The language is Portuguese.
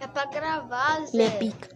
É pra gravar, Zé. Minha pica.